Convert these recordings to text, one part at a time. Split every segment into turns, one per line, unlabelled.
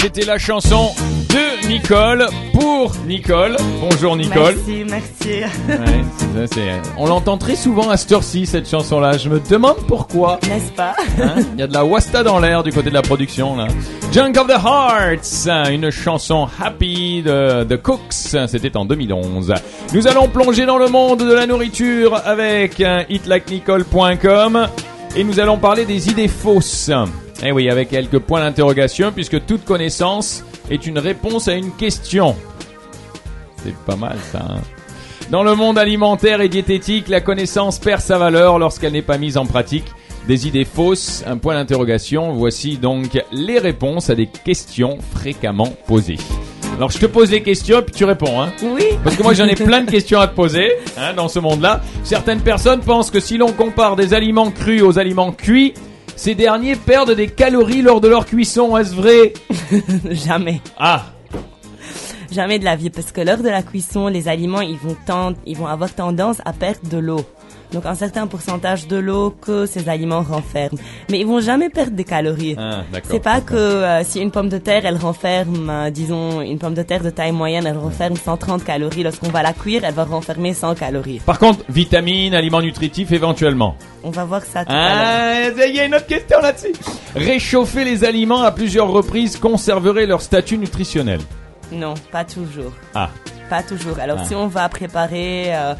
C'était la chanson de Nicole pour Nicole. Bonjour Nicole.
Merci, merci.
Ouais, c'est ça, c'est- On l'entend très souvent à cette heure-ci, cette chanson-là. Je me demande pourquoi.
N'est-ce pas
hein. Il y a de la wasta dans l'air du côté de la production. là. Junk of the Hearts, une chanson happy de The Cooks. C'était en 2011. Nous allons plonger dans le monde de la nourriture avec euh, un hitlakenicole.com et nous allons parler des idées fausses. Eh oui, avec quelques points d'interrogation puisque toute connaissance est une réponse à une question. C'est pas mal ça. hein. Dans le monde alimentaire et diététique, la connaissance perd sa valeur lorsqu'elle n'est pas mise en pratique. Des idées fausses, un point d'interrogation. Voici donc les réponses à des questions fréquemment posées. Alors je te pose les questions puis tu réponds. Hein
Oui.
Parce que moi j'en ai plein de questions à te poser hein, dans ce monde-là. Certaines personnes pensent que si l'on compare des aliments crus aux aliments cuits, ces derniers perdent des calories lors de leur cuisson. Est-ce vrai
Jamais.
Ah,
Jamais de la vie. Parce que lors de la cuisson, les aliments, ils vont, tend- ils vont avoir tendance à perdre de l'eau. Donc un certain pourcentage de l'eau que ces aliments renferment. Mais ils vont jamais perdre des calories.
Ah, d'accord.
C'est pas que euh, si une pomme de terre, elle renferme, euh, disons, une pomme de terre de taille moyenne, elle renferme 130 calories. Lorsqu'on va la cuire, elle va renfermer 100 calories.
Par contre, vitamines, aliments nutritifs éventuellement.
On va voir ça tout à l'heure.
Ah, il y a une autre question là-dessus. Réchauffer les aliments à plusieurs reprises conserverait leur statut nutritionnel.
Non, pas toujours.
Ah,
Pas toujours. Alors
Ah.
si on va préparer euh,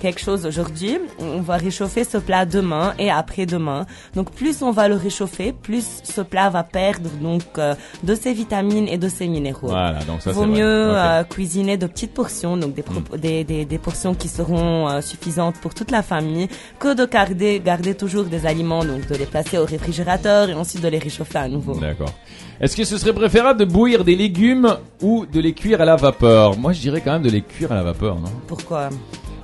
quelque chose aujourd'hui, on va réchauffer ce plat demain et après-demain. Donc plus on va le réchauffer, plus ce plat va perdre donc euh, de ses vitamines et de ses minéraux.
voilà, donc ça c'est
Vaut
vrai.
mieux
Ok. Mm.
euh, cuisiner de petites portions, donc des, propo- des, des, des portions qui seront euh, suffisantes pour toute la famille, que de garder, garder toujours des aliments, donc de les placer au réfrigérateur et ensuite de les réchauffer à nouveau.
D'accord. Est-ce que ce serait préférable de bouillir des légumes ou de les cuire à la vapeur Moi, je dirais quand même de les cuire à la vapeur, non
Pourquoi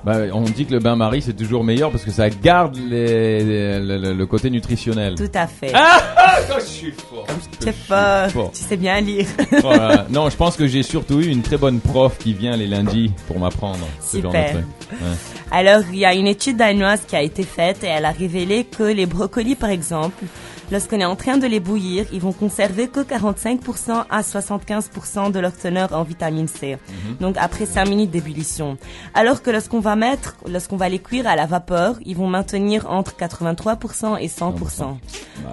Bah, on dit que le bain-marie c'est toujours meilleur parce que ça garde les- les- le, le- le côté nutritionnel.
Tout à fait.
Ah, ah, oh, je suis fort.
tu, sais
Je
pas,
suis fort.
tu sais bien lire.
Voilà. Non, je pense que j'ai surtout eu une très bonne prof qui vient les lundis pour m'apprendre ce genre de
Super.
truc.
Alors, il y a une étude danoise qui a été faite et elle a révélé que les brocolis, par exemple, lorsqu'on est en train de les bouillir, ils vont conserver que 45% à 75% de leur teneur en vitamine C. Donc, après 5 minutes d'ébullition. Alors que lorsqu'on va mettre, lorsqu'on va les cuire à la vapeur, ils vont maintenir entre 83% et 100%.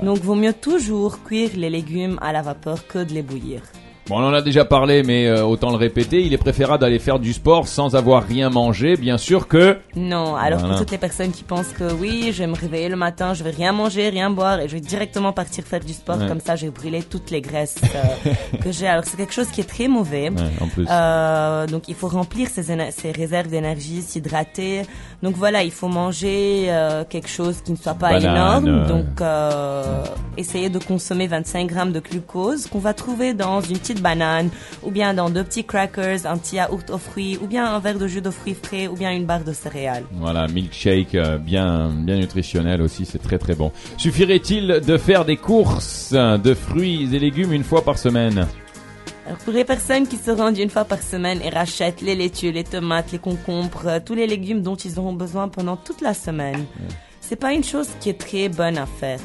Donc, vaut mieux toujours cuire les légumes à la vapeur que de les bouillir.
Bon, on en a déjà parlé, mais euh, autant le répéter, il est préférable d'aller faire du sport sans avoir rien mangé, bien sûr que...
Non, alors
Voilà.
pour toutes les personnes qui pensent que oui, je vais me réveiller le matin, je vais rien manger, rien boire et je vais directement partir faire du sport,
Ouais.
comme ça j'ai brûlé toutes les graisses euh, que j'ai. Alors c'est quelque chose qui est très mauvais.
Ouais, en plus.
Euh, donc il faut remplir ses, éner- ses réserves d'énergie, s'hydrater. Donc voilà, il faut manger euh, quelque chose qui ne soit pas
Banane,
énorme.
euh.
Donc euh, essayez de consommer 25 grammes de glucose qu'on va trouver dans une petite banane, ou bien dans deux petits crackers, un petit yaourt aux fruits, ou bien un verre de jus de fruits frais, ou bien une barre de céréales.
Voilà, milkshake euh, bien, bien nutritionnel aussi, c'est très très bon. Suffirait-il de faire des courses euh, de fruits et légumes une fois par semaine
Alors pour les personnes qui se rendent une fois par semaine et rachètent les laitues, les tomates, les concombres, euh, tous les légumes dont ils auront besoin pendant toute la semaine, c'est pas une chose qui est très bonne à faire.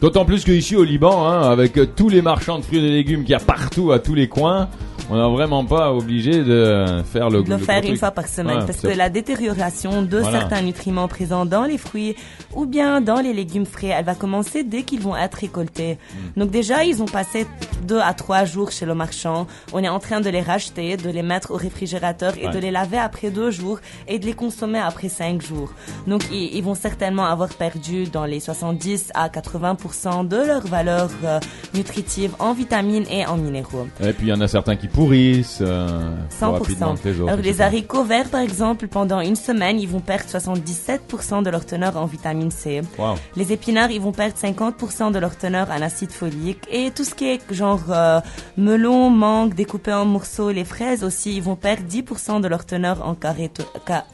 D'autant plus qu'ici au Liban, hein, avec euh, tous les marchands de fruits et légumes qu'il y a partout à tous les coins, on n'a vraiment pas obligé de faire le
de le
gros
faire une
truc.
fois par semaine
Ouais,
parce que
c'est-
la détérioration de
Voilà.
certains nutriments présents dans les fruits ou bien dans les légumes frais, elle va commencer dès qu'ils vont être récoltés.
Hmm.
Donc déjà, ils ont passé deux à trois jours chez le marchand. On est en train de les racheter, de les mettre au réfrigérateur et
Ouais.
de les laver après deux jours et de les consommer après cinq jours. Donc ils, ils vont certainement avoir perdu dans les 70 à 80% de leur valeur euh, nutritive en vitamines et en minéraux.
Et puis il y en a certains qui pourrissent euh, plus
100%.
rapidement que les autres.
Alors
je sais
les
pas.
haricots verts, par exemple, pendant une semaine, ils vont perdre 77% de leur teneur en vitamine C.
Waouh.
Les épinards, ils vont perdre 50% de leur teneur en acide folique. Et tout ce qui est genre euh, melon, mangue, découpé en morceaux, les fraises aussi, ils vont perdre 10% de leur teneur en caréto- ca-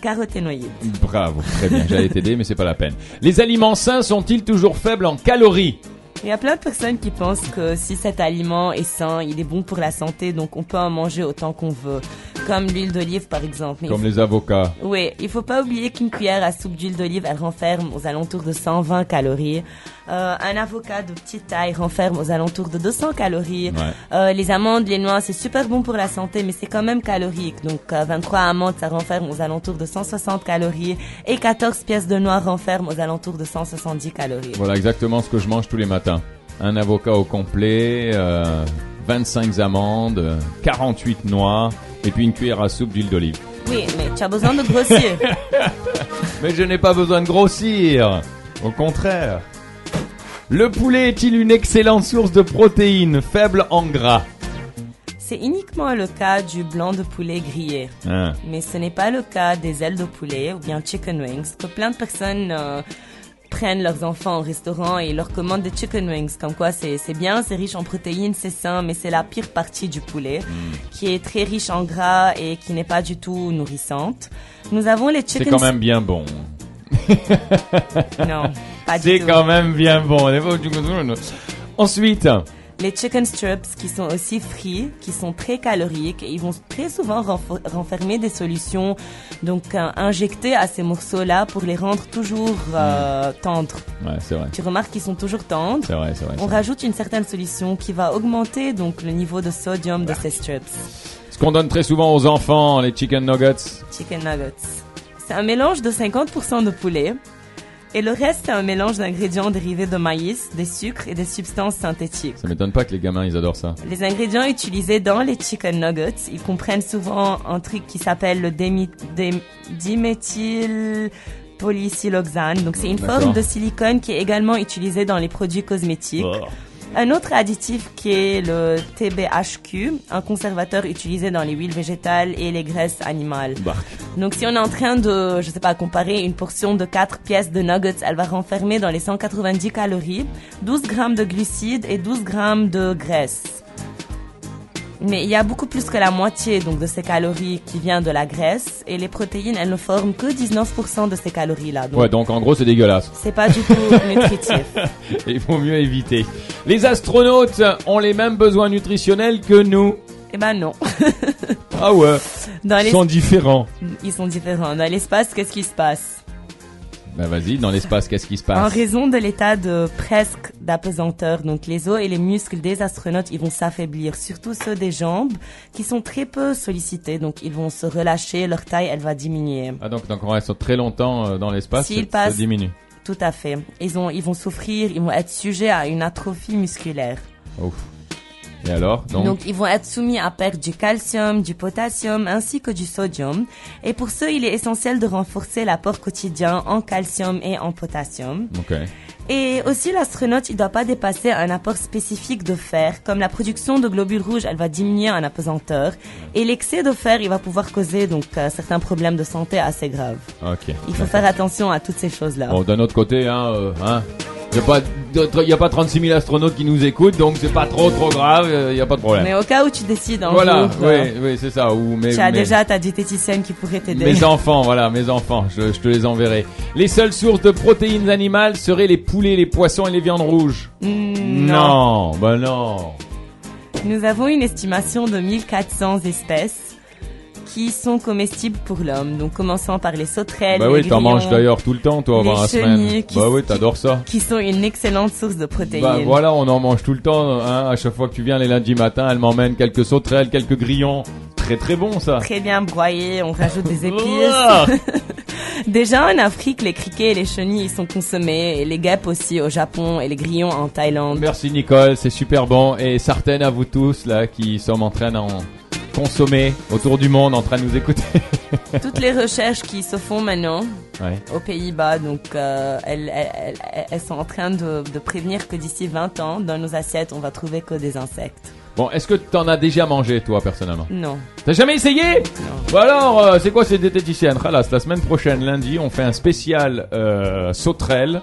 caroténoïdes.
Bravo, très bien, j'allais t'aider, mais c'est pas la peine. Les aliments sains sont-ils toujours faibles en calories
Il y a plein de personnes qui pensent que si cet aliment est sain, il est bon pour la santé, donc on peut en manger autant qu'on veut. comme l'huile d'olive par exemple. Mais il
Comme les avocats.
oui, il faut pas oublier qu'une cuillère à soupe d'huile d'olive, elle renferme aux alentours de 120 calories. Euh, un avocat de petite taille renferme aux alentours de 200 calories.
Ouais.
Euh, les amandes, les noix, c'est super bon pour la santé, mais c'est quand même calorique. Donc euh, 23 amandes, ça renferme aux alentours de 160 calories. Et 14 pièces de noix renferment aux alentours de 170 calories.
Voilà exactement ce que je mange tous les matins. Un avocat au complet, euh, 25 amandes, euh, 48 noix, et puis une cuillère à soupe d'huile d'olive.
Oui, mais tu as besoin de grossir.
Mais je n'ai pas besoin de grossir. Au contraire. Le poulet est-il une excellente source de protéines, faible en gras
c'est uniquement le cas du blanc de poulet grillé.
Hein.
Mais ce n'est pas le cas des ailes de poulet ou bien chicken wings, que plein de personnes euh, prennent leurs enfants au restaurant et leur commandent des chicken wings. Comme quoi, c'est c'est bien, c'est riche en protéines, c'est sain, mais c'est la pire partie du poulet,
Mm.
qui est très riche en gras et qui n'est pas du tout nourrissante. Nous avons les
C'est
chicken...
quand même bien bon.
Non, pas du
C'est
tout.
quand même bien bon. Ensuite,
Les chicken strips qui sont aussi frits, qui sont très caloriques et ils vont très souvent renf- renfermer des solutions donc euh, injectées à ces morceaux-là pour les rendre toujours euh,
Mm.
tendres.
ouais, c'est vrai,
Tu remarques qu'ils sont toujours tendres.
c'est vrai, c'est vrai. c'est
On
vrai.
rajoute une certaine solution qui va augmenter donc le niveau de sodium de ces strips.
Ce qu'on donne très souvent aux enfants, les chicken nuggets.
Chicken nuggets. C'est un mélange de 50% de poulet et le reste c'est un mélange d'ingrédients dérivés de maïs, des sucres et des substances synthétiques.
Ça m'étonne pas que les gamins ils adorent ça.
Les ingrédients utilisés dans les chicken nuggets, ils comprennent souvent un truc qui s'appelle le démi- dé- diméthyl polysiloxane. Donc c'est une
D'accord.
forme de silicone qui est également utilisée dans les produits cosmétiques.
Oh,
Un autre additif qui est le TBHQ, un conservateur utilisé dans les huiles végétales et les graisses animales.
Bah.
Donc si on est en train de, je sais pas, comparer une portion de 4 pièces de nuggets, elle va renfermer dans les 190 calories 12 grammes de glucides et 12 grammes de graisse. Mais il y a beaucoup plus que la moitié donc de ces calories qui vient de la graisse et les protéines, elles ne forment que 19% de ces calories-là. Donc
Ouais, donc en gros c'est dégueulasse.
c'est pas du tout nutritif.
Et Il vaut mieux éviter. Les astronautes ont les mêmes besoins nutritionnels que nous.
Eh ben non.
Ah ouais,
Dans
ils
les
sont différents.
Ils sont différents. Dans l'espace, qu'est-ce qui se passe
Bah vas-y, dans l'espace, qu'est-ce qui se
En
passe
raison de l'état de presque d'apesanteur, donc les os et les muscles des astronautes, ils vont s'affaiblir, surtout ceux des jambes, qui sont très peu sollicités, donc ils vont se relâcher, leur taille, elle va diminuer.
Ah donc, donc on reste très longtemps euh, dans l'espace,
S'ils
ça- ça
passent-
diminue.
Tout à fait. Ils, ont, ils vont souffrir, ils vont être sujets à une atrophie musculaire.
Ouf. Et alors donc,
Donc, ils vont être soumis à perte du calcium, du potassium ainsi que du sodium. Et pour ce, il est essentiel de renforcer l'apport quotidien en calcium et en potassium.
Ok.
Et aussi, l'astronaute, il doit pas dépasser un apport spécifique de fer. Comme la production de globules rouges, elle va diminuer en apesanteur. Et l'excès de fer, il va pouvoir causer donc euh, certains problèmes de santé assez graves.
Ok.
Il faut faire attention à toutes ces choses-là.
Bon, d'un autre côté, hein, euh, hein, y a pas, d'autres- y a pas 36 000 astronautes qui nous écoutent, donc c'est pas trop trop grave, euh, y a pas de problème.
Mais au cas où tu décides un
Voilà,
jour, euh,
oui, oui, c'est ça. Ou mais,
tu as
mais-
déjà ta diététicienne qui pourrait t'aider.
mes enfants, voilà, mes enfants, je, je te les enverrai. Les seules sources de protéines animales seraient les poulets, les poissons et les viandes rouges.
Mm,
non bah non.
Nous avons une estimation de 1400 espèces qui sont comestibles pour l'homme. Donc, commençant par les sauterelles,
Bah
les
oui, t'en
grillons,
manges d'ailleurs tout le temps, toi,
hein. les
avant la semaine.
chenilles qui-
Bah oui, t'adores ça.
qui sont une excellente source de protéines.
Bah voilà, on en mange tout le temps. Hein. À chaque fois que tu viens les lundis matins, elle m'emmène quelques sauterelles, quelques grillons. Très très bon ça.
très bien broyé, on rajoute des épices.
Ouah.
Déjà en Afrique, les criquets et les chenilles ils sont consommés, et les guêpes aussi au Japon et les grillons en Thaïlande.
Merci Nicole, c'est super bon. Et certaines à vous tous là qui sommes en train d'en consommer autour du monde, en train de nous écouter.
Toutes les recherches qui se font maintenant
Ouais.
aux Pays-Bas, donc euh, elles, elles- elles- elles sont en train de, de prévenir que d'ici 20 ans, dans nos assiettes, on va trouver que des insectes.
Bon, est-ce que t'en as déjà mangé toi personnellement
Non.
T'as jamais essayé Bah alors, euh, c'est quoi ces diététiciennes Khalas, la semaine prochaine, lundi, on fait un spécial euh, sauterelle,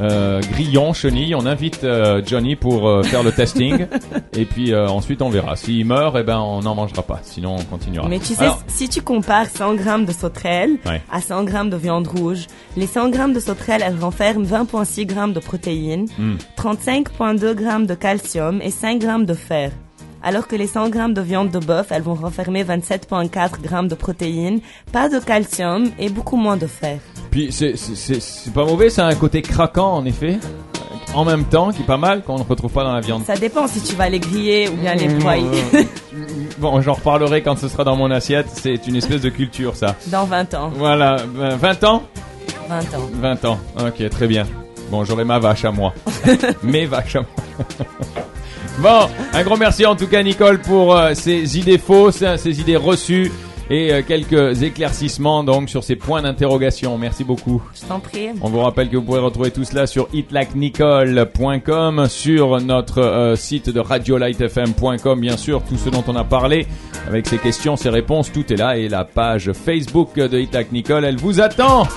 euh, grillon, chenille. On invite euh, Johnny pour euh, faire le testing. Et puis euh, ensuite, on verra. S'il meurt, eh ben, on n'en mangera pas. Sinon, on continuera.
Mais tu sais,
Alors,
si tu compares 100 grammes de sauterelle
Ouais.
à 100 grammes de viande rouge, les 100 grammes de sauterelle, elles renferment 20,6 grammes de protéines,
Hmm.
35,2 grammes de calcium et 5 grammes de fer. alors que les 100 grammes de viande de bœuf, elles vont renfermer 27,4 grammes de protéines, pas de calcium et beaucoup moins de fer.
Puis c'est- c'est- c'est c'est pas mauvais, ça a un côté craquant en effet. En même temps, qui est pas mal, qu'on ne retrouve pas dans la viande.
Ça dépend si tu vas les griller ou bien les
Mmh.
broyer
Bon, j'en reparlerai quand ce sera dans mon assiette. C'est une espèce de culture, ça.
dans 20 ans.
Voilà, ben, 20 ans
20 ans.
20 ans, ok, très bien. Bon, j'aurai ma vache à moi. Mes vaches à moi. bon, un grand merci en tout cas, Nicole, pour euh, ces idées fausses, hein, ces idées reçues et euh, quelques éclaircissements donc sur ces points d'interrogation. Merci beaucoup.
Je t'en prie.
On vous rappelle que vous pouvez retrouver tout cela sur hitlacnicole.com, sur notre euh, site de radiolightfm.com, bien sûr, tout ce dont on a parlé, avec ses questions, ses réponses, tout est là, et la page Facebook de Hitlac Nicole, elle vous attend